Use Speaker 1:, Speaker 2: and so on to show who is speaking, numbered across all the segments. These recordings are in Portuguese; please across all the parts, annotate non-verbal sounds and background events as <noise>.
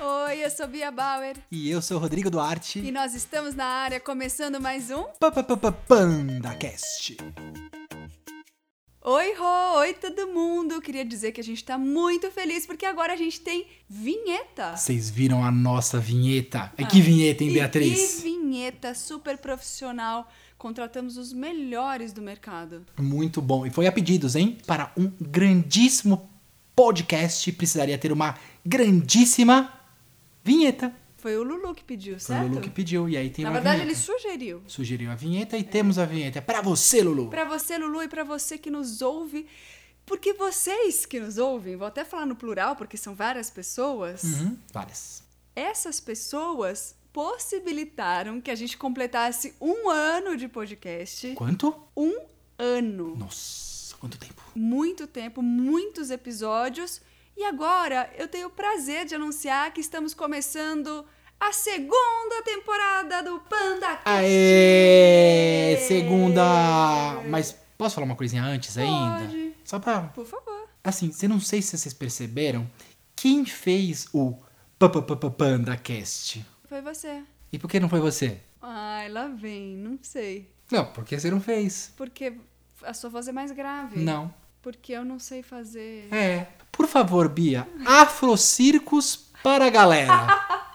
Speaker 1: Oi, eu sou Bia Bauer
Speaker 2: E eu sou o Rodrigo Duarte.
Speaker 1: e nós estamos na área começando mais um.
Speaker 2: Pa, pa, pa, pa, PandaCast.
Speaker 1: Oi, Rô! Oi, todo mundo! Queria dizer que a gente tá muito feliz porque agora a gente tem vinheta.
Speaker 2: Vocês viram a nossa vinheta? É que vinheta, hein,
Speaker 1: E
Speaker 2: Beatriz?
Speaker 1: Que vinheta super profissional. Contratamos os melhores do mercado.
Speaker 2: Muito bom. E foi a pedidos, hein? Para um grandíssimo podcast, precisaria ter uma grandíssima vinheta.
Speaker 1: Foi o Lulu que pediu,
Speaker 2: Foi
Speaker 1: certo?
Speaker 2: o Lulu que pediu, e aí tem
Speaker 1: Na
Speaker 2: uma
Speaker 1: verdade, ele
Speaker 2: vinheta.
Speaker 1: sugeriu.
Speaker 2: Sugeriu a vinheta e temos a vinheta. É Pra você, Lulu.
Speaker 1: Pra você, Lulu, e pra você que nos ouve, porque vocês que nos ouvem, vou até falar no plural porque são várias pessoas,
Speaker 2: Uhum, várias.
Speaker 1: essas pessoas possibilitaram que a gente completasse um ano de podcast.
Speaker 2: Quanto?
Speaker 1: Um ano.
Speaker 2: Nossa, quanto tempo.
Speaker 1: Muito tempo, muitos episódios. E agora eu tenho o prazer de anunciar que estamos começando a segunda temporada do Panda
Speaker 2: Aê! Segunda! Mas posso falar uma coisinha antes ainda?
Speaker 1: Pode.
Speaker 2: Só pra.
Speaker 1: Por favor.
Speaker 2: Assim, eu não sei se vocês perceberam quem fez o PandaCast.
Speaker 1: Foi você.
Speaker 2: E por que não foi você?
Speaker 1: Ai, lá vem, não sei.
Speaker 2: Não, porque você não fez.
Speaker 1: Porque a sua voz é mais grave.
Speaker 2: Não.
Speaker 1: Porque eu não sei fazer.
Speaker 2: É. Por favor, Bia, Afrocircos para a galera.
Speaker 1: <laughs>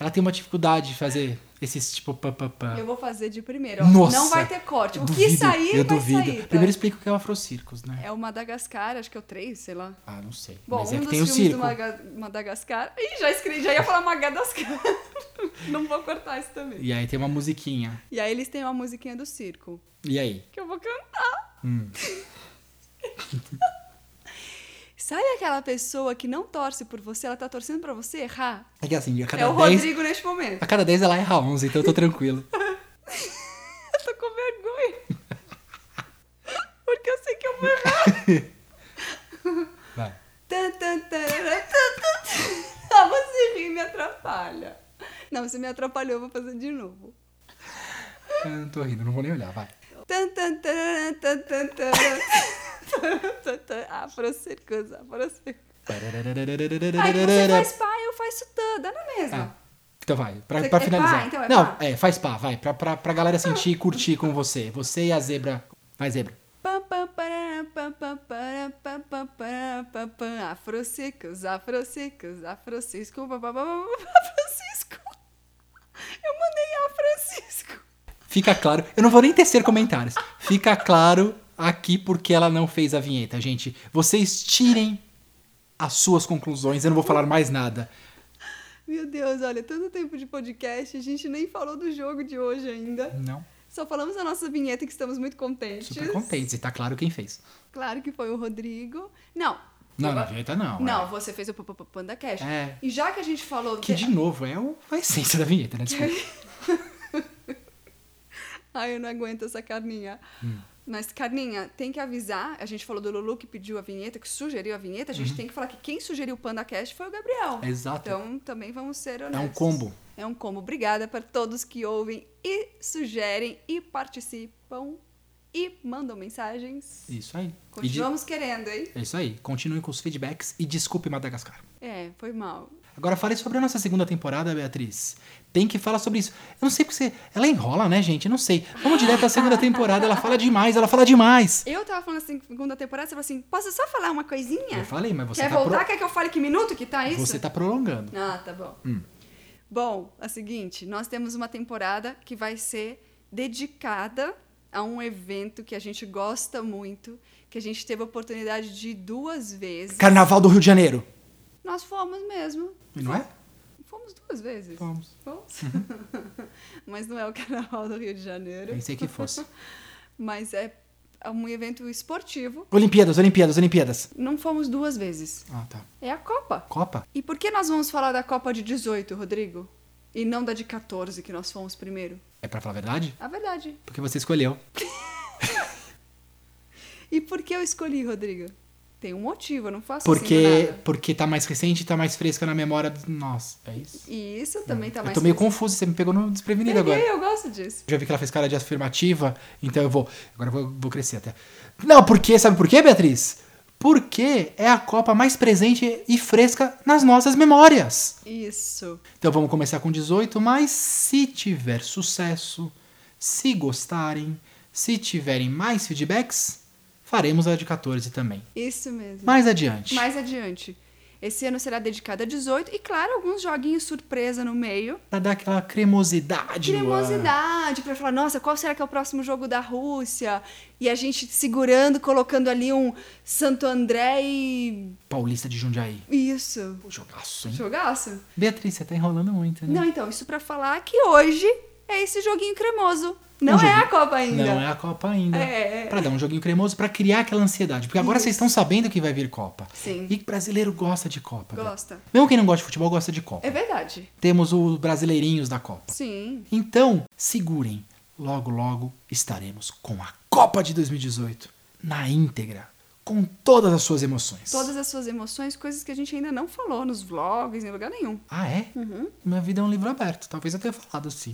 Speaker 2: Ela tem uma dificuldade de fazer esses tipo pá, pá, pá.
Speaker 1: Eu vou fazer de primeiro. ó.
Speaker 2: Nossa!
Speaker 1: Não vai ter corte. O que
Speaker 2: Duvido,
Speaker 1: sair,
Speaker 2: eu
Speaker 1: vai
Speaker 2: duvido.
Speaker 1: sair. tá?
Speaker 2: Primeiro explica o que é o Afrocircos, né?
Speaker 1: É o Madagascar, acho que é o 3, sei lá.
Speaker 2: Ah, não sei.
Speaker 1: Bom,
Speaker 2: Mas
Speaker 1: um
Speaker 2: é que
Speaker 1: dos
Speaker 2: tem o
Speaker 1: filmes
Speaker 2: circo.
Speaker 1: do Maga- Madagascar. Ih, já escrevi, já ia falar Madagascar. <laughs> Não vou cortar isso também.
Speaker 2: E aí tem uma musiquinha.
Speaker 1: E aí eles têm uma musiquinha do circo,
Speaker 2: E aí?
Speaker 1: que eu vou cantar.
Speaker 2: Hum.
Speaker 1: <laughs> Sabe aquela pessoa que não torce por você, ela tá torcendo pra você errar?
Speaker 2: É que assim, a cada,
Speaker 1: é o
Speaker 2: 10,
Speaker 1: Rodrigo neste momento. <laughs>
Speaker 2: a cada 10 ela erra 11, então eu tô tranquilo. <laughs>
Speaker 1: Eu tô com vergonha. <laughs> Porque eu sei que eu vou errar.
Speaker 2: Vai.
Speaker 1: Tan, tan, tan, tan, tan, <laughs> tan. Ah, você ri e me atrapalha. Não, você me atrapalhou, eu vou fazer de novo.
Speaker 2: Eu não tô rindo, não vou nem olhar, vai.
Speaker 1: Tan, tan, tan, tan, tan, tan, tan, tan, tan. Ah, Afrocircus, afrocircus. Aí você faz pá, eu faço tan, dá na
Speaker 2: Ah,
Speaker 1: mesma.
Speaker 2: então vai, pra,
Speaker 1: Você-
Speaker 2: pra
Speaker 1: é pá,
Speaker 2: finalizar.
Speaker 1: então é
Speaker 2: não,
Speaker 1: pá?
Speaker 2: é, faz pá, vai. Pra, pra, pra galera sentir e curtir com você. Você e a zebra. Vai, zebra.
Speaker 1: Pam, pam, parará, pam, pam, pará, pam, pam, pará, pam, pam. Afrocircus, afrocircus, afrocisco, pam, pam, pam, pam, pam, afrocisco. Eu mandei afrocisco.
Speaker 2: Fica claro, eu não vou nem tecer comentários. Fica claro aqui porque ela não fez a vinheta, gente. Vocês tirem as suas conclusões, eu não vou falar mais nada.
Speaker 1: Meu Deus, olha, tanto tempo de podcast, a gente nem falou do jogo de hoje ainda.
Speaker 2: Não.
Speaker 1: Só falamos a nossa vinheta que estamos muito contentes.
Speaker 2: Super contentes, e tá claro quem fez.
Speaker 1: Claro que foi o Rodrigo. Não.
Speaker 2: Não,
Speaker 1: eu-
Speaker 2: na vinheta não.
Speaker 1: Não,
Speaker 2: é.
Speaker 1: você fez o P- P- P- Panda Cash.
Speaker 2: É.
Speaker 1: E já que a gente falou.
Speaker 2: Que de novo é o- a essência da vinheta, né?
Speaker 1: <laughs>
Speaker 2: Desculpa.
Speaker 1: Ai, eu não aguento essa carninha.
Speaker 2: Hum.
Speaker 1: Mas, Carninha, tem que avisar. A gente falou do Lulu que pediu a vinheta, que sugeriu a vinheta. A gente tem que falar que quem sugeriu o Panda Cash foi o Gabriel.
Speaker 2: Uhum. É Exato.
Speaker 1: Então, também vamos ser
Speaker 2: é
Speaker 1: honestos.
Speaker 2: um combo.
Speaker 1: É um combo. Obrigada para todos que ouvem e sugerem e participam e mandam mensagens.
Speaker 2: Isso aí. E de-
Speaker 1: Continuamos querendo, hein?
Speaker 2: É isso aí. Continue com os feedbacks e desculpe Madagascar.
Speaker 1: É, foi mal.
Speaker 2: Agora fale sobre a nossa segunda temporada, Beatriz. Tem que falar sobre isso. Eu não sei porque você. Ela enrola, né, gente? Eu não sei. Vamos direto à segunda temporada. Ela fala demais, ela fala demais.
Speaker 1: Eu tava falando assim, segunda temporada, você falou assim, posso só falar uma coisinha?
Speaker 2: Eu falei, mas você
Speaker 1: Quer
Speaker 2: tá pro-
Speaker 1: voltar? Quer que eu fale que minuto que tá isso?
Speaker 2: Você tá Hum. prolongando.
Speaker 1: Ah, tá bom. Bom, é o seguinte, nós temos uma temporada que vai ser dedicada a um evento que a gente gosta muito, que a gente teve a oportunidade de ir duas vezes.
Speaker 2: Carnaval do Rio de Janeiro.
Speaker 1: Nós fomos mesmo.
Speaker 2: E Não é?
Speaker 1: Fomos duas vezes.
Speaker 2: Vamos.
Speaker 1: Fomos? <laughs> Mas não é o Carnaval do Rio de Janeiro.
Speaker 2: Pensei Uhum. que fosse.
Speaker 1: <laughs> Mas é um evento esportivo.
Speaker 2: Olimpíadas, Olimpíadas, Olimpíadas.
Speaker 1: Não fomos duas vezes.
Speaker 2: Ah, tá.
Speaker 1: É a Copa.
Speaker 2: Copa?
Speaker 1: E por que nós vamos falar da Copa de 18, Rodrigo? E não da de 14, que nós fomos primeiro?
Speaker 2: É pra falar a verdade?
Speaker 1: A verdade.
Speaker 2: Porque você escolheu.
Speaker 1: E por que eu escolhi, Rodrigo? Tem um motivo, eu não faço assim do
Speaker 2: Porque,
Speaker 1: nada.
Speaker 2: porque tá mais recente e tá mais fresca na memória do. Nossa, é isso?
Speaker 1: E isso também tá
Speaker 2: Hum, eu
Speaker 1: mais...
Speaker 2: tô meio confuso, você me pegou no desprevenido
Speaker 1: Peguei,
Speaker 2: agora.
Speaker 1: eu gosto disso.
Speaker 2: Já vi que ela fez cara de afirmativa, então eu vou. Agora eu vou, vou crescer até. Não, porque, sabe por quê, Beatriz? porque é a Copa mais presente e fresca nas nossas memórias.
Speaker 1: Isso.
Speaker 2: Então vamos começar com 18, mas se tiver sucesso, se gostarem, se tiverem mais feedbacks, faremos a de 14 também.
Speaker 1: Isso mesmo.
Speaker 2: Mais adiante.
Speaker 1: Mais adiante. Esse ano será dedicado a 18 e, claro, alguns joguinhos surpresa no meio.
Speaker 2: Pra dar aquela cremosidade. no ar.
Speaker 1: Cremosidade, pra falar, nossa, qual será que é o próximo jogo da Rússia? E a gente segurando, colocando ali um Santo André e.
Speaker 2: Paulista de Jundiaí.
Speaker 1: Isso.
Speaker 2: Pô, Jogaço, hein?
Speaker 1: Jogaço.
Speaker 2: Beatriz, você tá enrolando muito, né?
Speaker 1: Não, então, isso pra falar que hoje é esse joguinho cremoso. Não é
Speaker 2: um joguinho.
Speaker 1: a Copa ainda.
Speaker 2: Não é a Copa ainda.
Speaker 1: É, é.
Speaker 2: Pra dar um joguinho cremoso, pra criar aquela ansiedade. Porque agora vocês estão sabendo que vai vir Copa.
Speaker 1: Sim.
Speaker 2: E brasileiro gosta de Copa. Bia.
Speaker 1: Gosta.
Speaker 2: Mesmo quem não gosta de futebol, gosta de Copa.
Speaker 1: É verdade.
Speaker 2: Temos os brasileirinhos da Copa.
Speaker 1: Sim.
Speaker 2: Então, segurem. Logo, logo estaremos com a Copa de 2018 na íntegra, com todas as suas emoções.
Speaker 1: Todas as suas emoções, coisas que a gente ainda não falou nos vlogs, em lugar nenhum.
Speaker 2: Ah, é?
Speaker 1: Uhum.
Speaker 2: Minha vida é um livro aberto. Talvez eu tenha falado assim.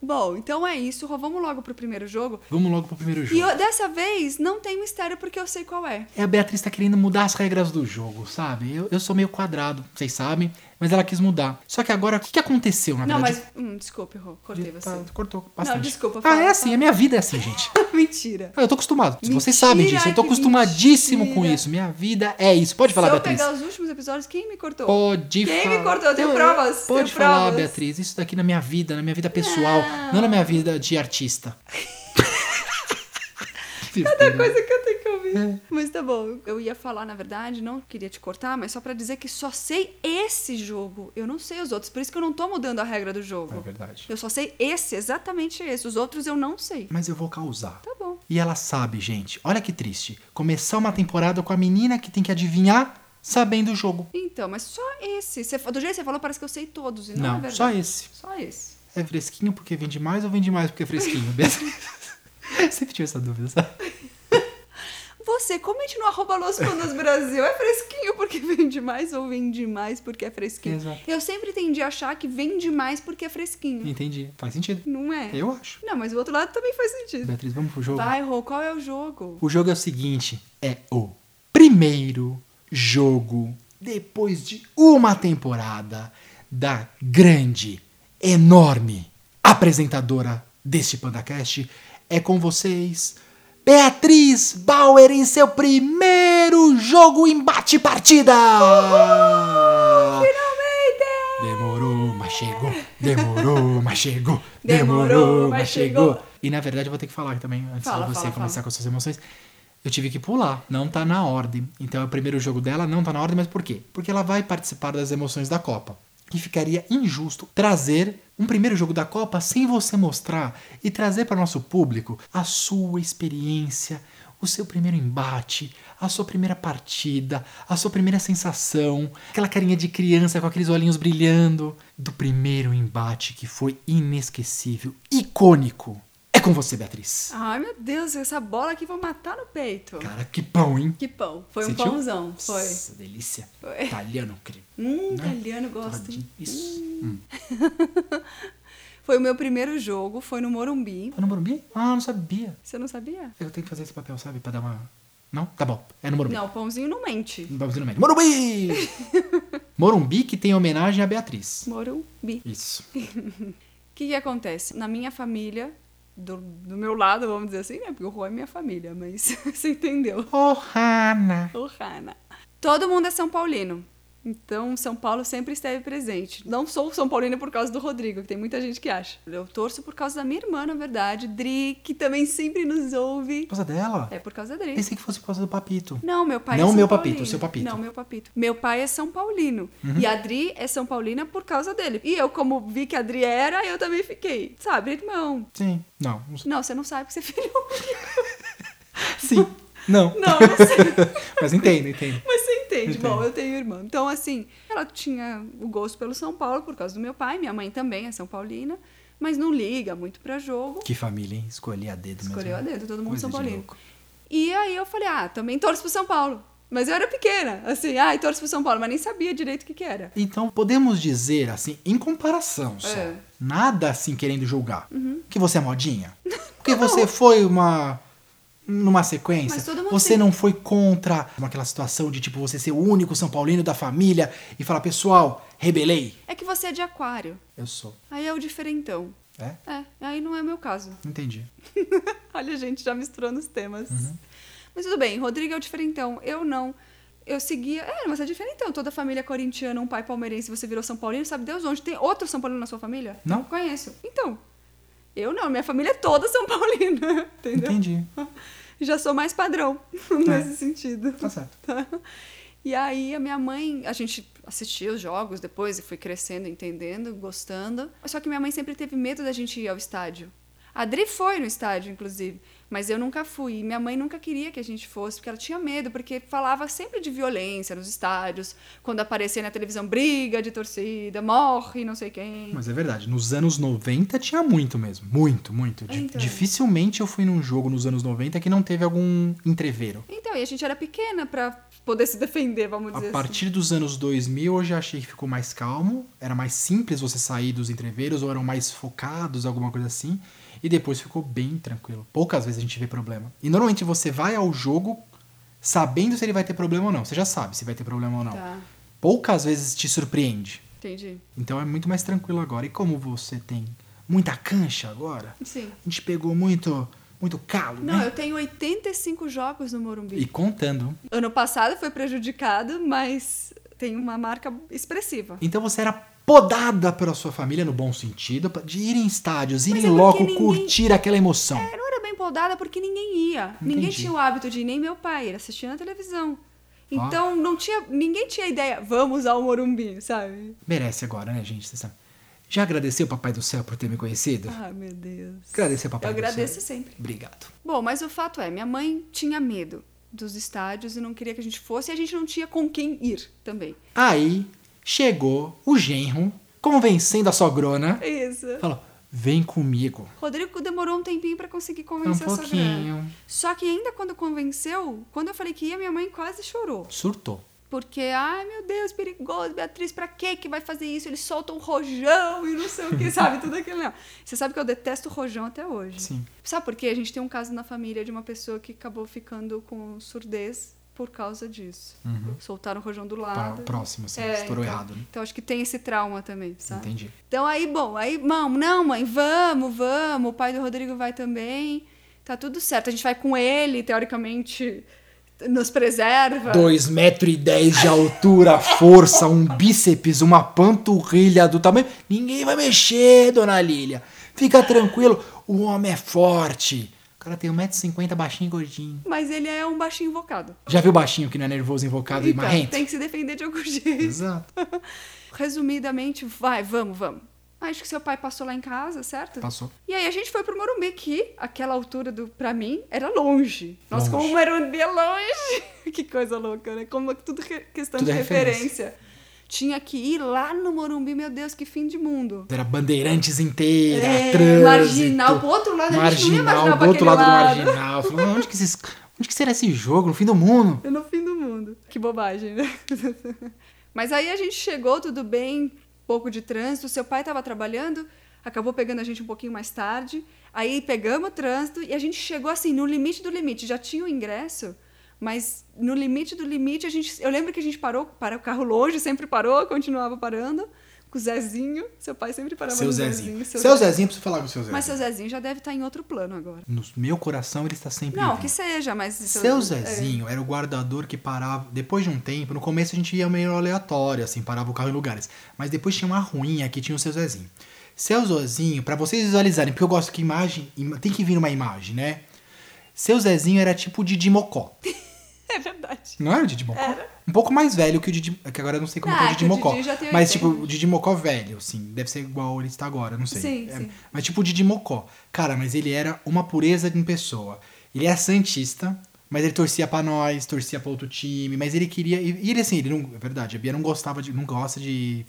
Speaker 1: Bom, então é isso. Rô, Vamos logo pro primeiro jogo.
Speaker 2: Vamos logo pro primeiro jogo.
Speaker 1: E eu- dessa vez não tem mistério porque eu sei qual é.
Speaker 2: É, A Beatriz tá querendo mudar as regras do jogo, sabe? Eu, eu sou meio quadrado, vocês sabem, mas ela quis mudar. Só que agora, o que, que aconteceu, na
Speaker 1: Não,
Speaker 2: Ah, verdade?
Speaker 1: mas. Hum, desculpe, Rô, cortei você.
Speaker 2: Tá, cortou bastante.
Speaker 1: desculpa,
Speaker 2: Ah,
Speaker 1: fala,
Speaker 2: é assim, a minha vida é assim, gente.
Speaker 1: <laughs> Mentira.
Speaker 2: Ah, Eu tô acostumado.
Speaker 1: Mentira,
Speaker 2: Vocês sabem disso. Eu tô
Speaker 1: que
Speaker 2: acostumadíssimo com
Speaker 1: mentira.
Speaker 2: isso. Minha vida é isso. Pode falar,
Speaker 1: Se eu
Speaker 2: Beatriz.
Speaker 1: pegar os últimos episódios, quem me cortou?
Speaker 2: Pode falar. É,
Speaker 1: Quem me cortou? Eu tenho provas,
Speaker 2: Pode
Speaker 1: tenho
Speaker 2: falar,
Speaker 1: provas.
Speaker 2: Beatriz. Isso daqui na minha vida, na minha vida pessoal, não, na minha vida de artista.
Speaker 1: <laughs> Cada coisa que eu tenho que ouvir.
Speaker 2: É.
Speaker 1: Mas tá bom. Eu ia falar, na verdade, não queria te cortar, mas só pra dizer que só sei esse jogo. Eu não sei os outros. Por isso que eu não tô mudando a regra do
Speaker 2: É
Speaker 1: jogo.
Speaker 2: verdade.
Speaker 1: Eu só sei esse, exatamente esse. Os outros eu não sei.
Speaker 2: Mas eu vou causar.
Speaker 1: Tá bom.
Speaker 2: E ela sabe, gente. Olha que triste. Começar uma temporada com a menina que tem que adivinhar sabendo o jogo.
Speaker 1: Então, mas só esse. Você fa- do jeito que você falou, parece que eu sei todos. E não, é
Speaker 2: Não,
Speaker 1: verdade.
Speaker 2: só esse.
Speaker 1: Só esse.
Speaker 2: É fresquinho porque vende mais ou vende mais porque é fresquinho,
Speaker 1: <laughs>
Speaker 2: Beatriz? Sempre tive essa dúvida, sabe?
Speaker 1: Você, comente no arroba Los Panos Brasil. É fresquinho porque <laughs> vende mais ou vende mais porque é fresquinho?
Speaker 2: Exato.
Speaker 1: Eu sempre tendi a achar que vende mais porque é fresquinho.
Speaker 2: Entendi. Faz sentido.
Speaker 1: Não é?
Speaker 2: Eu acho.
Speaker 1: Não, mas o outro lado também faz sentido.
Speaker 2: Beatriz, vamos pro jogo?
Speaker 1: Vai, Rô, qual é o jogo?
Speaker 2: O jogo é o seguinte: é o primeiro jogo depois de uma temporada da grande, enorme apresentadora deste PandaCast. É com vocês, Beatriz Bauer em seu primeiro jogo embate-partida!
Speaker 1: Finalmente!
Speaker 2: Demorou, mas chegou. Demorou, mas chegou.
Speaker 1: Demorou, mas chegou.
Speaker 2: E na verdade eu vou ter que falar também, antes
Speaker 1: Fala,
Speaker 2: de você
Speaker 1: fala,
Speaker 2: começar
Speaker 1: fala.
Speaker 2: com as suas emoções. Eu tive que pular, não tá na ordem. Então é o primeiro jogo dela, não tá na ordem, mas por quê? Porque ela vai participar das emoções da Copa. E ficaria injusto trazer um primeiro jogo da Copa sem você mostrar e trazer para o nosso público a sua experiência, o seu primeiro embate, a sua primeira partida, a sua primeira sensação, aquela carinha de criança com aqueles olhinhos brilhando, do primeiro embate que foi inesquecível, icônico. É com você, Beatriz.
Speaker 1: Ai, meu Deus, essa bola aqui vou matar no peito.
Speaker 2: Cara, que pão, hein?
Speaker 1: Que pão. um Foi
Speaker 2: Sentiu?
Speaker 1: um pãozão. Foi.
Speaker 2: Nossa, delícia.
Speaker 1: Foi.
Speaker 2: Italiano, creme.
Speaker 1: Hum, italiano gosta. hein?
Speaker 2: Isso.
Speaker 1: Foi o meu primeiro jogo, foi no Morumbi.
Speaker 2: É no Morumbi? Ah, não sabia.
Speaker 1: Você não sabia?
Speaker 2: Eu tenho que fazer esse papel, sabe? Pra dar uma... Não? Tá bom. É no Morumbi.
Speaker 1: Não, o pãozinho não mente.
Speaker 2: Vamos no meio. Morumbi!
Speaker 1: <laughs>
Speaker 2: Morumbi que tem homenagem à Beatriz.
Speaker 1: Morumbi.
Speaker 2: Isso.
Speaker 1: O que, que acontece? Na minha família, do, do meu lado, vamos dizer assim, né? Porque o Rô é minha família, mas <laughs> você entendeu.
Speaker 2: Oh, Hannah.
Speaker 1: O Hanna. Todo mundo é São Paulino. Então, São Paulo sempre esteve presente. Não sou São Paulino por causa do Rodrigo, que tem muita gente que acha. Eu torço por causa da minha irmã, na verdade, Dri, que também sempre nos
Speaker 2: Por
Speaker 1: ouve.
Speaker 2: causa dela?
Speaker 1: É por causa da Dri.
Speaker 2: Pensei que fosse por causa do papito.
Speaker 1: Não, meu pai é
Speaker 2: Não
Speaker 1: São
Speaker 2: meu
Speaker 1: Paulino.
Speaker 2: papito, seu papito. Uhum.
Speaker 1: Não, meu papito. Meu pai é São Paulino. E a Adri é São Paulina por causa dele. E eu, como vi que a Adri era, eu também fiquei. Sabe, irmão?
Speaker 2: Sim. Não. não sei.
Speaker 1: Não, você não sabe que você é filho.
Speaker 2: Sim. Não.
Speaker 1: Não, não sei.
Speaker 2: <laughs> Mas entendo, entendo.
Speaker 1: Mas você entende.
Speaker 2: Entendo.
Speaker 1: Bom, eu tenho irmã. Então, assim, ela tinha o gosto pelo São Paulo por causa do meu pai. Minha mãe também é São Paulina. Mas não liga muito pra jogo.
Speaker 2: Que família, hein? Escolhi a dedo
Speaker 1: Escolheu a
Speaker 2: mesmo.
Speaker 1: dedo, todo mundo
Speaker 2: é Coisa
Speaker 1: São
Speaker 2: de
Speaker 1: Paulino.
Speaker 2: louco.
Speaker 1: E aí eu falei, ah, também torço pro São Paulo. Mas eu era pequena, assim, ah, e torço pro São Paulo, mas nem sabia direito o que que era.
Speaker 2: Então, podemos dizer, assim, em comparação só.
Speaker 1: É. Uhum. <laughs>
Speaker 2: Nada assim querendo julgar. Que você é modinha. Porque você foi uma numa sequência.
Speaker 1: Mas todo mundo
Speaker 2: você
Speaker 1: tem.
Speaker 2: não foi contra aquela situação de tipo você ser o único São Paulino da família e falar, pessoal, rebelei.
Speaker 1: É que você é de aquário.
Speaker 2: Eu sou.
Speaker 1: Aí é o diferentão.
Speaker 2: É?
Speaker 1: É, aí não é meu caso.
Speaker 2: Entendi.
Speaker 1: Olha, gente, já misturando os temas.
Speaker 2: Uhum.
Speaker 1: Mas tudo bem, Rodrigo é o diferentão. Eu não. Eu seguia. É, mas é diferentão. Toda a família corintiana, um pai palmeirense, você virou São Paulino, sabe Deus onde? Tem outro São Paulino na sua família?
Speaker 2: Não.
Speaker 1: Conheço. Então. Eu não, minha família é toda São Paulina. <laughs> Entendeu?
Speaker 2: Entendi. É.
Speaker 1: Já sou mais padrão <laughs> nesse sentido.
Speaker 2: Tá certo.
Speaker 1: Tá? <laughs> E aí a minha mãe, a gente assistia os jogos depois e fui crescendo, entendendo, gostando. Só que minha mãe sempre teve medo da gente ir ao estádio. A Adri foi no estádio, inclusive, mas eu nunca fui. E minha mãe nunca queria que a gente fosse, porque ela tinha medo, porque falava sempre de violência nos estádios, quando aparecia na televisão briga de torcida, morre não sei quem.
Speaker 2: Mas é verdade, nos anos 90 tinha muito mesmo. Muito, muito. Di-
Speaker 1: Então.
Speaker 2: Dificilmente eu fui num jogo nos anos 90 que não teve algum entreveiro.
Speaker 1: Então, e a gente era pequena pra poder se defender, vamos
Speaker 2: A
Speaker 1: dizer assim.
Speaker 2: partir dos anos 2000 eu já achei que ficou mais calmo, era mais simples você sair dos entreveiros ou eram mais focados, alguma coisa assim, e depois ficou bem tranquilo. Poucas vezes a gente vê problema. E normalmente você vai ao jogo sabendo se ele vai ter problema ou não, você já sabe se vai ter problema ou não.
Speaker 1: Tá,
Speaker 2: Poucas vezes te surpreende.
Speaker 1: entendi.
Speaker 2: Então é muito mais tranquilo agora. E como você tem muita cancha agora,
Speaker 1: Sim.
Speaker 2: a gente pegou muito muito calo,
Speaker 1: Não,
Speaker 2: né?
Speaker 1: eu tenho 85 jogos no Morumbi.
Speaker 2: E contando.
Speaker 1: Ano passado foi prejudicado, mas tem uma marca expressiva.
Speaker 2: Então você era podada pela sua família, no bom sentido, pra- de ir em estádios, ir
Speaker 1: Mas
Speaker 2: em
Speaker 1: é porque
Speaker 2: loco,
Speaker 1: ninguém-
Speaker 2: curtir aquela emoção.
Speaker 1: Eu não era bem podada porque ninguém ia. Ninguém
Speaker 2: Entendi. Ah.
Speaker 1: tinha o hábito de ir, nem meu pai, ele assistia na televisão.
Speaker 2: Ó.
Speaker 1: Então não tinha, ninguém tinha ideia, vamos ao Morumbi, sabe?
Speaker 2: Merece agora, né, gente? Você sabe. Já agradeceu o Papai do Céu por ter me conhecido?
Speaker 1: Ah, meu Deus.
Speaker 2: Agradecer, papai
Speaker 1: Eu
Speaker 2: do céu.
Speaker 1: agradeço sempre.
Speaker 2: Obrigado.
Speaker 1: Bom, mas o fato é, minha mãe tinha medo dos estádios e não queria que a gente fosse e a gente não tinha com quem ir também.
Speaker 2: Aí chegou o genro, convencendo a sogrona,
Speaker 1: Isso.
Speaker 2: falou: vem comigo.
Speaker 1: Rodrigo demorou um tempinho pra conseguir
Speaker 2: Um
Speaker 1: convencer a sua grana.
Speaker 2: pouquinho.
Speaker 1: Só que ainda quando convenceu, quando eu falei que ia, minha mãe quase chorou.
Speaker 2: Surtou.
Speaker 1: Porque, ai meu Deus, perigoso, Beatriz, pra que que vai fazer isso? Eles soltam um rojão e não sei o que, <laughs> sabe? Tudo aquilo. Não. Você sabe que eu detesto rojão até hoje.
Speaker 2: Sim.
Speaker 1: Sabe por quê? A gente tem um caso na família de uma pessoa que acabou ficando com surdez por causa disso. Soltaram o rojão do
Speaker 2: Uhum. Pra-
Speaker 1: lado.
Speaker 2: Próximo, assim,
Speaker 1: É,
Speaker 2: estourou
Speaker 1: então.
Speaker 2: errado, né?
Speaker 1: Então acho que tem esse trauma também, sabe?
Speaker 2: Entendi.
Speaker 1: Então aí, bom, aí, mão, não, mãe, vamos, vamos. O pai do Rodrigo vai também. Tá tudo certo. A gente vai com ele, teoricamente, nos preserva.
Speaker 2: 2,10 metros e dez de altura, força, um bíceps, uma panturrilha do tamanho. Ninguém vai mexer, dona Lilia. Fica tranquilo, o homem é forte. O cara tem 1,50m, baixinho e gordinho.
Speaker 1: Mas ele é um baixinho invocado.
Speaker 2: Já viu baixinho que não é nervoso, invocado e
Speaker 1: Então,
Speaker 2: marrento?
Speaker 1: tem que se defender de algum <laughs> jeito.
Speaker 2: Exato.
Speaker 1: Resumidamente, vai, vamos, vamos. Acho que seu pai passou lá em casa, certo?
Speaker 2: Passou.
Speaker 1: E aí a gente foi pro Morumbi, que aquela altura do pra mim era longe. Nossa,
Speaker 2: Longe.
Speaker 1: como o Morumbi é longe. <laughs> que coisa louca, né? Como é tudo re- questão
Speaker 2: Tudo
Speaker 1: de
Speaker 2: é referência.
Speaker 1: referência. Tinha que ir lá no Morumbi, meu Deus, que fim de mundo.
Speaker 2: Era bandeirantes inteira,
Speaker 1: É,
Speaker 2: trânsito.
Speaker 1: marginal, pro outro lado, a gente não ia
Speaker 2: marginal,
Speaker 1: marginal
Speaker 2: do
Speaker 1: pra
Speaker 2: outro
Speaker 1: aquele
Speaker 2: lado,
Speaker 1: lado.
Speaker 2: do marginal. Falando, onde, que esses, onde que será esse jogo? No fim do mundo?
Speaker 1: É no fim do mundo. Que bobagem, né? <laughs> Mas aí a gente chegou, tudo bem, pouco de trânsito. Seu pai estava trabalhando, acabou pegando a gente um pouquinho mais tarde. Aí pegamos o trânsito e a gente chegou assim, no limite do limite. Já tinha o ingresso, mas no limite do limite, a gente, eu lembro que a gente parou, para o carro longe, sempre parou, continuava parando. Com o Zezinho, seu pai sempre parava
Speaker 2: Seu
Speaker 1: no
Speaker 2: Zezinho.
Speaker 1: seu
Speaker 2: Seu
Speaker 1: Zezinho.
Speaker 2: Zezinho, preciso falar com o seu Zezinho.
Speaker 1: Mas seu Zezinho já deve estar em outro plano agora.
Speaker 2: No meu coração ele está sempre
Speaker 1: Não,
Speaker 2: vivo.
Speaker 1: que seja, mas.
Speaker 2: Seu
Speaker 1: é.
Speaker 2: Zezinho era o guardador que parava. Depois de um tempo, no começo a gente ia meio aleatório, assim, parava o carro em lugares. Mas depois tinha uma ruinha que tinha o seu Zezinho. Seu Zezinho, pra vocês visualizarem, porque eu gosto que imagem. ima- Tem que vir uma imagem, né? Seu Zezinho era tipo o Didi Mocó.
Speaker 1: É verdade.
Speaker 2: Não era o Didi Mocó? Um pouco mais velho que o Didi. é Que agora eu não sei como
Speaker 1: Ah,
Speaker 2: que é o
Speaker 1: que
Speaker 2: Didi
Speaker 1: o
Speaker 2: Mocó.
Speaker 1: Didi já tem
Speaker 2: Mas, tipo,
Speaker 1: 80.
Speaker 2: o Didi Mocó velho, assim. Deve ser igual ele está agora, não sei.
Speaker 1: Sim,
Speaker 2: É,
Speaker 1: sim.
Speaker 2: Mas, tipo, o Didi Mocó. Cara, mas ele era uma pureza de pessoa. Ele é santista, mas ele torcia pra nós, torcia pra outro time. Mas ele queria. E e ele, assim, ele não. É verdade, a Bia não gostava de. Não gosta de
Speaker 1: Não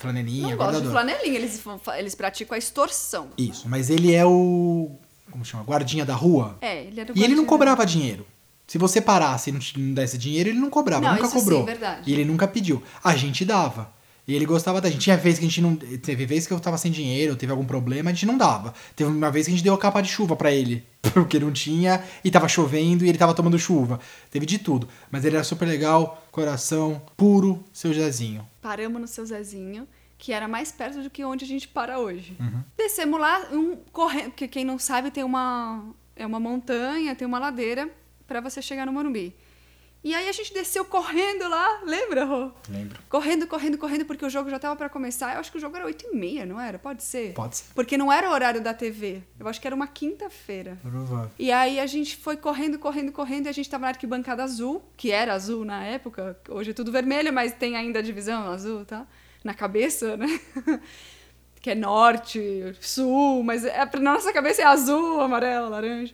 Speaker 1: gosto
Speaker 2: flanelinha,
Speaker 1: de
Speaker 2: guardador.
Speaker 1: flanelinha, eles, fa- fa- eles praticam a extorsão.
Speaker 2: Isso, mas ele é o. Como chama? Guardinha da rua.
Speaker 1: É, ele era o
Speaker 2: E ele não
Speaker 1: guardião.
Speaker 2: cobrava dinheiro. Se você parasse e não, te, não desse dinheiro, ele não cobrava,
Speaker 1: Não,
Speaker 2: nunca
Speaker 1: isso
Speaker 2: cobrou.
Speaker 1: sim, verdade.
Speaker 2: E ele nunca pediu. A gente dava. E ele gostava da gente. Tinha vez que a gente não. Teve vez que eu tava sem dinheiro, teve algum problema, a gente não dava. Teve uma vez que a gente deu a capa de chuva pra ele, <laughs> porque não tinha, e tava chovendo e ele tava tomando chuva. Teve de tudo. Mas ele era super legal, coração, puro, seu Zezinho.
Speaker 1: Paramos no seu Zezinho, que era mais perto do que onde a gente para hoje.
Speaker 2: Uhum.
Speaker 1: Descemos lá, um correndo, porque quem não sabe tem uma é uma montanha, tem uma ladeira pra você chegar no Morumbi. E aí a gente desceu correndo lá, lembra, Rô?
Speaker 2: Lembro.
Speaker 1: Correndo, correndo, correndo, porque o jogo já tava pra começar. Eu acho que o jogo era 8 e meia, não era? Pode ser?
Speaker 2: Pode ser.
Speaker 1: Porque não era o horário da TV. Eu acho que era uma quinta-feira.
Speaker 2: Provável.
Speaker 1: E aí a gente foi correndo, correndo, correndo, e a gente tava na arquibancada azul, que era azul na época, hoje é tudo vermelho, mas tem ainda a divisão azul, tá? Na cabeça, né? <laughs> que é norte, sul, mas é, pra- na nossa cabeça é azul, amarelo, laranja.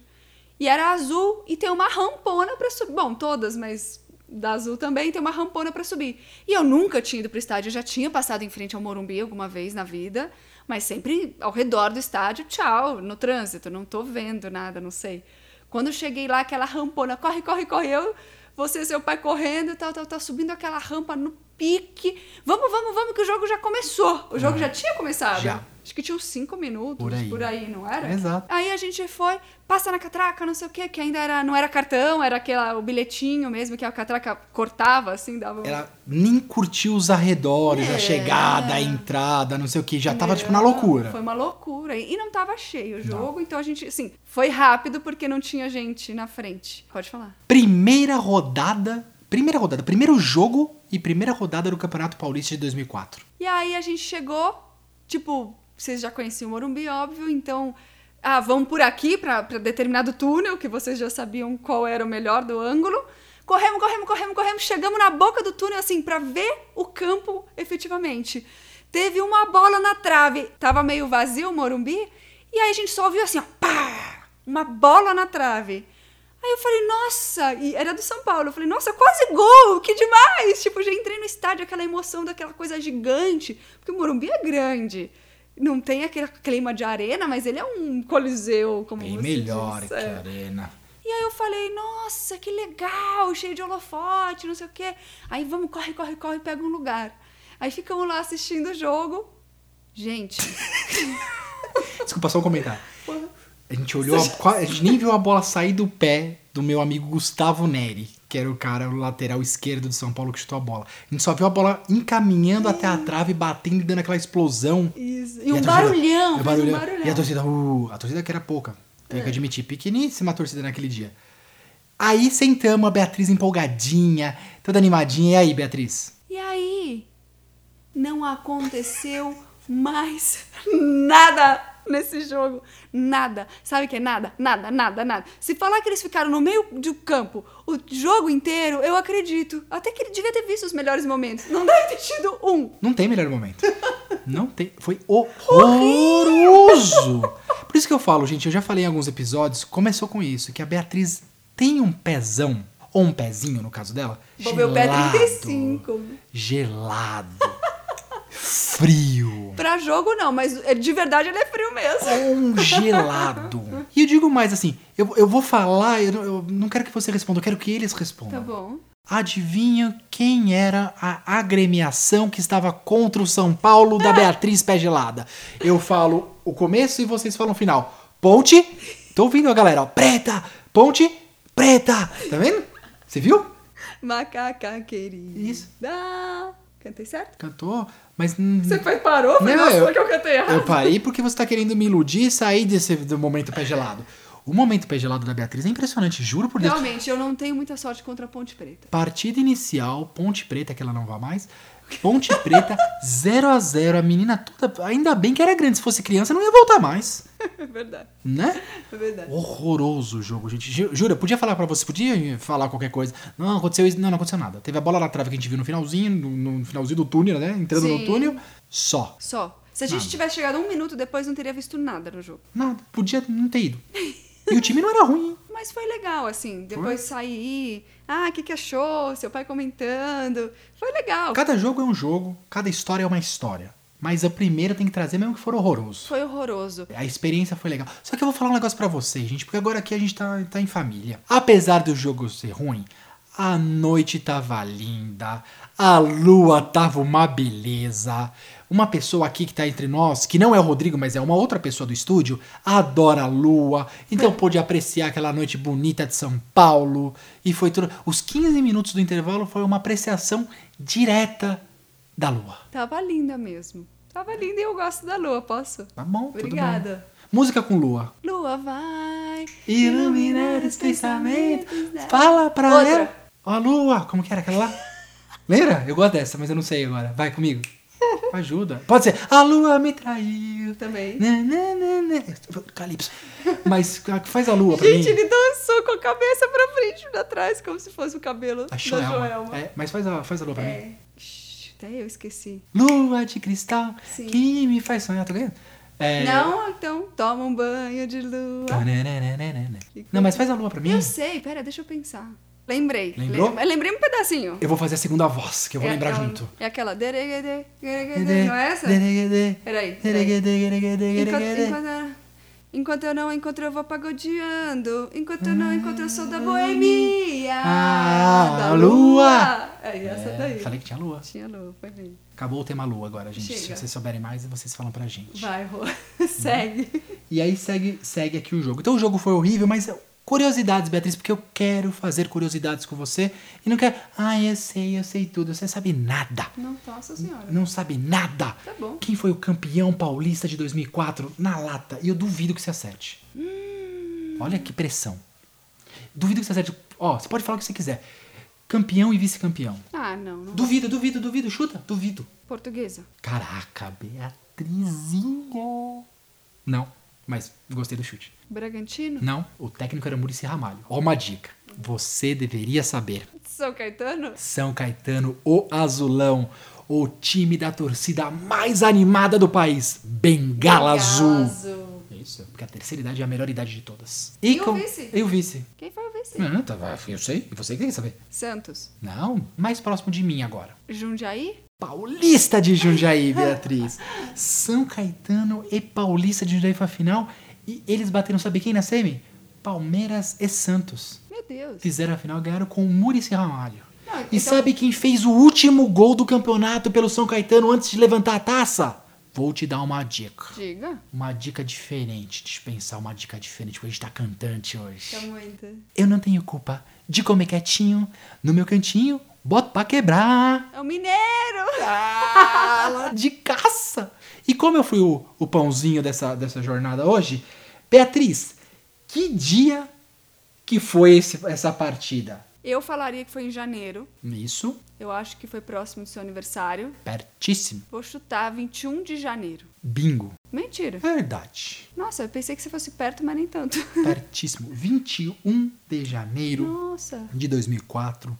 Speaker 1: E era azul e tem uma rampona pra subir. Bom, todas, mas da azul também tem uma rampona pra subir. E eu nunca tinha ido pro estádio, eu já tinha passado em frente ao Morumbi alguma vez na vida, mas sempre ao redor do estádio, tchau, no trânsito, não tô vendo nada, não sei. Quando eu cheguei lá, aquela rampona, corre, corre, corre, eu, você e seu pai correndo, tal, tal, tal, subindo aquela rampa no pique. Vamos, vamos, vamos, que o jogo já começou. O jogo já tinha começado.
Speaker 2: É. já.
Speaker 1: Acho que tinha uns cinco minutos,
Speaker 2: Por aí.
Speaker 1: por aí não era?
Speaker 2: Exato.
Speaker 1: Aí a gente foi, passa na catraca, não sei o quê, que ainda era, não era cartão, era aquela, o bilhetinho mesmo, que a catraca cortava, assim, dava... um-
Speaker 2: Ela nem curtiu os arredores, a
Speaker 1: É.
Speaker 2: chegada, a entrada, não sei o que. Já tava, tipo, na
Speaker 1: Não,
Speaker 2: loucura.
Speaker 1: Foi uma loucura. E não tava cheio o jogo, então a gente, assim, foi rápido porque não tinha gente na frente. Pode falar.
Speaker 2: Primeira rodada. Primeira rodada, primeiro jogo e primeira rodada do Campeonato Paulista de 2004.
Speaker 1: E aí a gente chegou, tipo, vocês já conheciam o Morumbi, óbvio, então, ah, vamos por aqui pra pra determinado túnel, que vocês já sabiam qual era o melhor do ângulo. Corremos, corremos, corremos, corremos, chegamos na boca do túnel, assim, pra ver o campo efetivamente. Teve uma bola na trave, tava meio vazio o Morumbi, e aí a gente só ouviu assim, ó, pá, uma bola na trave. Aí eu falei, nossa, e era do São Paulo. Eu falei, nossa, quase gol, que demais! Tipo, já entrei no estádio, aquela emoção daquela coisa gigante, porque o Morumbi é grande. Não tem aquele clima de arena, mas ele é um coliseu, como
Speaker 2: Bem
Speaker 1: você
Speaker 2: melhor
Speaker 1: diz,
Speaker 2: que
Speaker 1: é.
Speaker 2: a Arena.
Speaker 1: E aí eu falei, nossa, que legal, cheio de holofote, não sei o quê. Aí vamos, corre, corre, corre, pega um lugar. Aí ficamos lá assistindo o jogo. Gente,
Speaker 2: Desculpa, só um comentário. A gente olhou, a, qua- a gente nem viu a bola sair do pé do meu amigo Gustavo Neri, que era o cara, o lateral esquerdo de São Paulo que chutou a bola. A gente só viu a bola encaminhando até a trave, batendo e dando aquela explosão.
Speaker 1: isso. E,
Speaker 2: a
Speaker 1: um
Speaker 2: torcida-
Speaker 1: barulhão,
Speaker 2: é,
Speaker 1: fez um
Speaker 2: barulhão.
Speaker 1: barulhão.
Speaker 2: <laughs>
Speaker 1: É.
Speaker 2: E a torcida, uh, a torcida que era pouca. Tenho que admitir, pequeníssima a torcida naquele dia. Aí sentamos, a Beatriz empolgadinha, toda animadinha. E aí, Beatriz?
Speaker 1: E aí, não aconteceu mais <laughs> nada nesse jogo. Nada. Sabe o que é nada? Nada, nada, nada. Se falar que eles ficaram no meio do campo o jogo inteiro, eu acredito. Até que ele devia ter visto os melhores momentos. Não deve ter tido um.
Speaker 2: Não tem melhor momento.
Speaker 1: <laughs>
Speaker 2: Não tem. Foi horroroso. Por isso que eu falo, gente, eu já falei em alguns episódios, começou com isso, que a Beatriz tem um pezão, ou um pezinho no caso dela,
Speaker 1: Vou ver o pé
Speaker 2: gelado,
Speaker 1: 35.
Speaker 2: Gelado. frio.
Speaker 1: Pra jogo, não, mas é, de verdade ele é frio mesmo.
Speaker 2: Congelado. E eu digo mais assim, eu, eu vou falar, eu, não- eu não quero que você responda, eu quero que eles
Speaker 1: Tá
Speaker 2: respondam.
Speaker 1: bom.
Speaker 2: Adivinha quem era a agremiação que estava contra o São Paulo da Beatriz Pé Gelada? Eu falo o começo e vocês falam o final. Ponte, tô ouvindo a galera, ó. Preta, ponte, preta. Tá vendo? Você viu?
Speaker 1: Macaca querida.
Speaker 2: Isso.
Speaker 1: Cantei certo?
Speaker 2: Cantou, mas. hum,
Speaker 1: Você foi, parou? Foi,
Speaker 2: Não,
Speaker 1: nossa,
Speaker 2: eu-
Speaker 1: foi que eu cantei errado.
Speaker 2: Eu parei porque você tá querendo me iludir e sair desse do momento pé gelado. O momento pé gelado da Beatriz é impressionante, juro por Deus.
Speaker 1: Realmente, eu não tenho muita sorte contra a Ponte Preta.
Speaker 2: Partida inicial, Ponte Preta, que ela não vai mais. Ponte Preta, <laughs> 0 a 0 A menina toda. Ainda bem que era grande. Se fosse criança, não ia voltar mais.
Speaker 1: <laughs> É verdade,
Speaker 2: Né?
Speaker 1: é verdade.
Speaker 2: Horroroso o jogo, gente. Ju- Jura, podia falar pra você, podia falar qualquer coisa. Não, aconteceu isso. Não, não aconteceu nada. Teve a bola na trave que a gente viu no finalzinho, no, no finalzinho do túnel, né? Entrando no
Speaker 1: Sim.
Speaker 2: túnel. Só.
Speaker 1: Só. Se a gente
Speaker 2: Nada.
Speaker 1: tivesse chegado um minuto depois, não teria visto nada no jogo.
Speaker 2: Nada. Podia não ter ido. E o time não era ruim, hein?
Speaker 1: Mas foi legal, assim. Depois sair. Ah, o que, que achou? Seu pai comentando. Foi legal.
Speaker 2: Cada jogo é um jogo, cada história é uma história. Mas a primeira tem que trazer, mesmo que for horroroso.
Speaker 1: Foi horroroso.
Speaker 2: A experiência foi legal. Só que eu vou falar um negócio pra vocês, gente, porque agora aqui a gente tá, tá em família. Apesar do jogo ser ruim, A noite tava linda, a lua tava uma beleza. Uma pessoa aqui que tá entre nós, que não é o Rodrigo, mas é uma outra pessoa do estúdio, adora a lua, então pôde apreciar aquela noite bonita de São Paulo. E foi tudo. Os 15 minutos do intervalo foi uma apreciação direta da lua.
Speaker 1: Tava linda mesmo. Tava linda e eu gosto da lua, posso?
Speaker 2: Tá bom, tudo bem.
Speaker 1: Obrigada.
Speaker 2: Música com lua.
Speaker 1: Lua vai
Speaker 2: Iluminar os pensamentos. Fala pra
Speaker 1: Outra.
Speaker 2: ela. Ó, a lua. Como que era aquela lá? Lembra? Eu gosto dessa, mas eu não sei agora. Vai
Speaker 1: <laughs>
Speaker 2: comigo. Ajuda. Pode ser. A lua me traiu.
Speaker 1: Também.
Speaker 2: Né, né, né, né. Calypso. Mas a- faz a lua pra
Speaker 1: Gente,
Speaker 2: mim.
Speaker 1: ele dançou com a cabeça pra frente e pra trás, como se fosse o cabelo
Speaker 2: A
Speaker 1: da
Speaker 2: Joelma.
Speaker 1: Joelma.
Speaker 2: É, mas faz a, faz a lua pra mim.
Speaker 1: É. Shhh, Até eu esqueci.
Speaker 2: Lua de cristal
Speaker 1: Sim.
Speaker 2: que me faz sonhar. Tá vendo? É... Tá, né,
Speaker 1: Não, então toma um banho de lua.
Speaker 2: Tananana. Não, mas faz a lua pra mim.
Speaker 1: Eu sei, pera, deixa eu pensar. Lembrei.
Speaker 2: Lembrou?
Speaker 1: Lem- Lembrei um pedacinho.
Speaker 2: Eu vou fazer a segunda voz, que eu vou
Speaker 1: É
Speaker 2: lembrar
Speaker 1: aquela-
Speaker 2: junto. Né,
Speaker 1: É aquela. deregede, deregede, Não é essa?
Speaker 2: Deregede.
Speaker 1: Peraí. peraí. Enquanto,
Speaker 2: Deregede.
Speaker 1: enquanto, enquanto eu não encontro, eu vou pagodeando. Enquanto eu não encontro, eu sou da boemia.
Speaker 2: Ah,
Speaker 1: da
Speaker 2: a lua.
Speaker 1: É, essa
Speaker 2: É,
Speaker 1: daí.
Speaker 2: Falei que tinha lua.
Speaker 1: Tinha lua, foi bem.
Speaker 2: Acabou o tema lua agora, gente. Se
Speaker 1: Chega.
Speaker 2: vocês souberem mais, vocês falam pra gente.
Speaker 1: Vai, Rô. <laughs> Segue.
Speaker 2: E aí segue, segue aqui o jogo. Então o jogo foi horrível, mas curiosidades, Beatriz, porque eu quero fazer curiosidades com você e não quero. Ah, eu sei, eu sei tudo. Você sabe nada.
Speaker 1: Não posso, senhora.
Speaker 2: Não sabe nada.
Speaker 1: Tá bom.
Speaker 2: Quem foi o campeão paulista de 2004 na lata? E eu duvido que você acerte.
Speaker 1: Hum.
Speaker 2: Olha que pressão. Duvido que você acerte. Ó, você pode falar o que você quiser. Campeão e vice-campeão.
Speaker 1: Ah, não. não.
Speaker 2: Duvido, duvido, duvido. Chuta, duvido.
Speaker 1: Portuguesa.
Speaker 2: Caraca, Beatrizinha. Não, mas gostei do chute.
Speaker 1: Bragantino.
Speaker 2: Não, o técnico era Murici Ramalho. Ó uma dica. Você deveria saber.
Speaker 1: <laughs> São Caetano.
Speaker 2: São Caetano, o Azulão, o time da torcida mais animada do país. Bengala Azul. É Isso, porque a terceira idade é a melhor idade de todas.
Speaker 1: E o
Speaker 2: com-
Speaker 1: vice?
Speaker 2: E o vice.
Speaker 1: Quem foi o vice?
Speaker 2: Não, tá, eu sei. E você quer saber?
Speaker 1: Santos.
Speaker 2: Não, mais próximo de mim agora.
Speaker 1: Jundiaí?
Speaker 2: Paulista de Jundiaí, Beatriz. São Caetano e Paulista de Jundiaí foi a final. E eles bateram, sabe quem na semi? Palmeiras e Santos.
Speaker 1: Meu Deus.
Speaker 2: Fizeram a final e ganharam com o Murici Ramalho.
Speaker 1: Não,
Speaker 2: E
Speaker 1: então-
Speaker 2: sabe quem fez o último gol do campeonato pelo São Caetano antes de levantar a taça? Vou te dar uma dica.
Speaker 1: Diga.
Speaker 2: Uma dica diferente. Deixa eu pensar uma dica diferente, porque a gente tá cantante
Speaker 1: Tá
Speaker 2: hoje.
Speaker 1: muito.
Speaker 2: Eu não tenho culpa de comer quietinho no meu cantinho. Boto pra quebrar.
Speaker 1: É o Mineiro.
Speaker 2: Ah! Ela de caça. E como eu fui o, o pãozinho dessa, dessa jornada hoje, Beatriz, que dia que foi esse- essa partida?
Speaker 1: <laughs> Eu falaria que foi em janeiro.
Speaker 2: Isso,
Speaker 1: Eu acho que foi próximo do seu aniversário.
Speaker 2: pertíssimo.
Speaker 1: Vou chutar 21 de janeiro.
Speaker 2: Bingo.
Speaker 1: Mentira.
Speaker 2: Verdade.
Speaker 1: Nossa, eu pensei que você fosse perto, mas nem tanto.
Speaker 2: Pertíssimo. <laughs> 21 de janeiro
Speaker 1: Nossa.
Speaker 2: de 2004.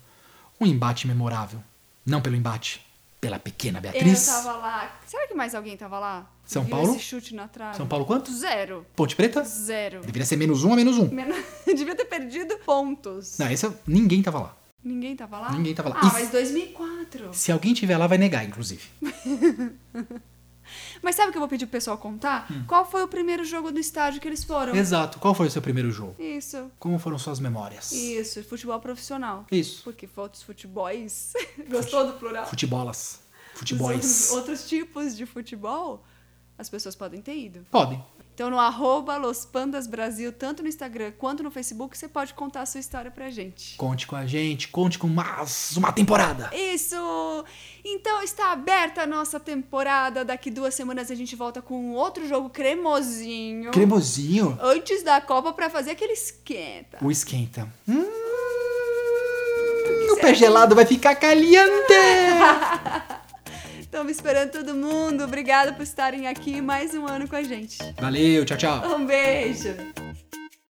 Speaker 2: Um embate memorável. Não pelo embate, pela pequena Beatriz.
Speaker 1: Eu tava lá. Será que mais alguém tava lá?
Speaker 2: São
Speaker 1: Viu
Speaker 2: Paulo?
Speaker 1: Esse chute na trave.
Speaker 2: São Paulo quantos?
Speaker 1: Zero.
Speaker 2: Ponte Preta?
Speaker 1: Zero.
Speaker 2: Deveria ser menos um a menos um.
Speaker 1: Menos- <laughs> Devia ter perdido pontos.
Speaker 2: Não, esse eu- ninguém tava lá.
Speaker 1: Ninguém tava lá?
Speaker 2: Ninguém tava lá.
Speaker 1: Ah,
Speaker 2: Isso.
Speaker 1: mas 2004.
Speaker 2: Se alguém tiver lá, vai negar, inclusive.
Speaker 1: Mas sabe o que eu vou pedir pro pessoal contar?
Speaker 2: Hum.
Speaker 1: Qual foi o primeiro jogo do estádio que eles foram?
Speaker 2: Exato. Qual foi o seu primeiro jogo?
Speaker 1: Isso.
Speaker 2: Como foram suas memórias?
Speaker 1: Isso. Futebol profissional.
Speaker 2: Isso.
Speaker 1: Porque outros futebóis. Gostou do plural?
Speaker 2: Futebolas.
Speaker 1: Os
Speaker 2: Futeboys.
Speaker 1: outros, outros tipos de futebol, as pessoas podem ter ido.
Speaker 2: Podem.
Speaker 1: Então, no arroba Los Pandas Brasil, tanto no Instagram quanto no Facebook, você pode contar a sua história pra gente.
Speaker 2: Conte com a gente, conte com mais uma temporada.
Speaker 1: Isso! Então está aberta a nossa temporada. Daqui duas semanas a gente volta com outro jogo cremosinho.
Speaker 2: Cremosinho.
Speaker 1: Antes da Copa pra fazer aquele esquenta.
Speaker 2: O esquenta. Hum,
Speaker 1: Tá
Speaker 2: o pé gelado vai ficar caliente.
Speaker 1: Estamos esperando todo mundo. Obrigada por estarem aqui mais um ano com a gente.
Speaker 2: Valeu, tchau, tchau.
Speaker 1: Um beijo!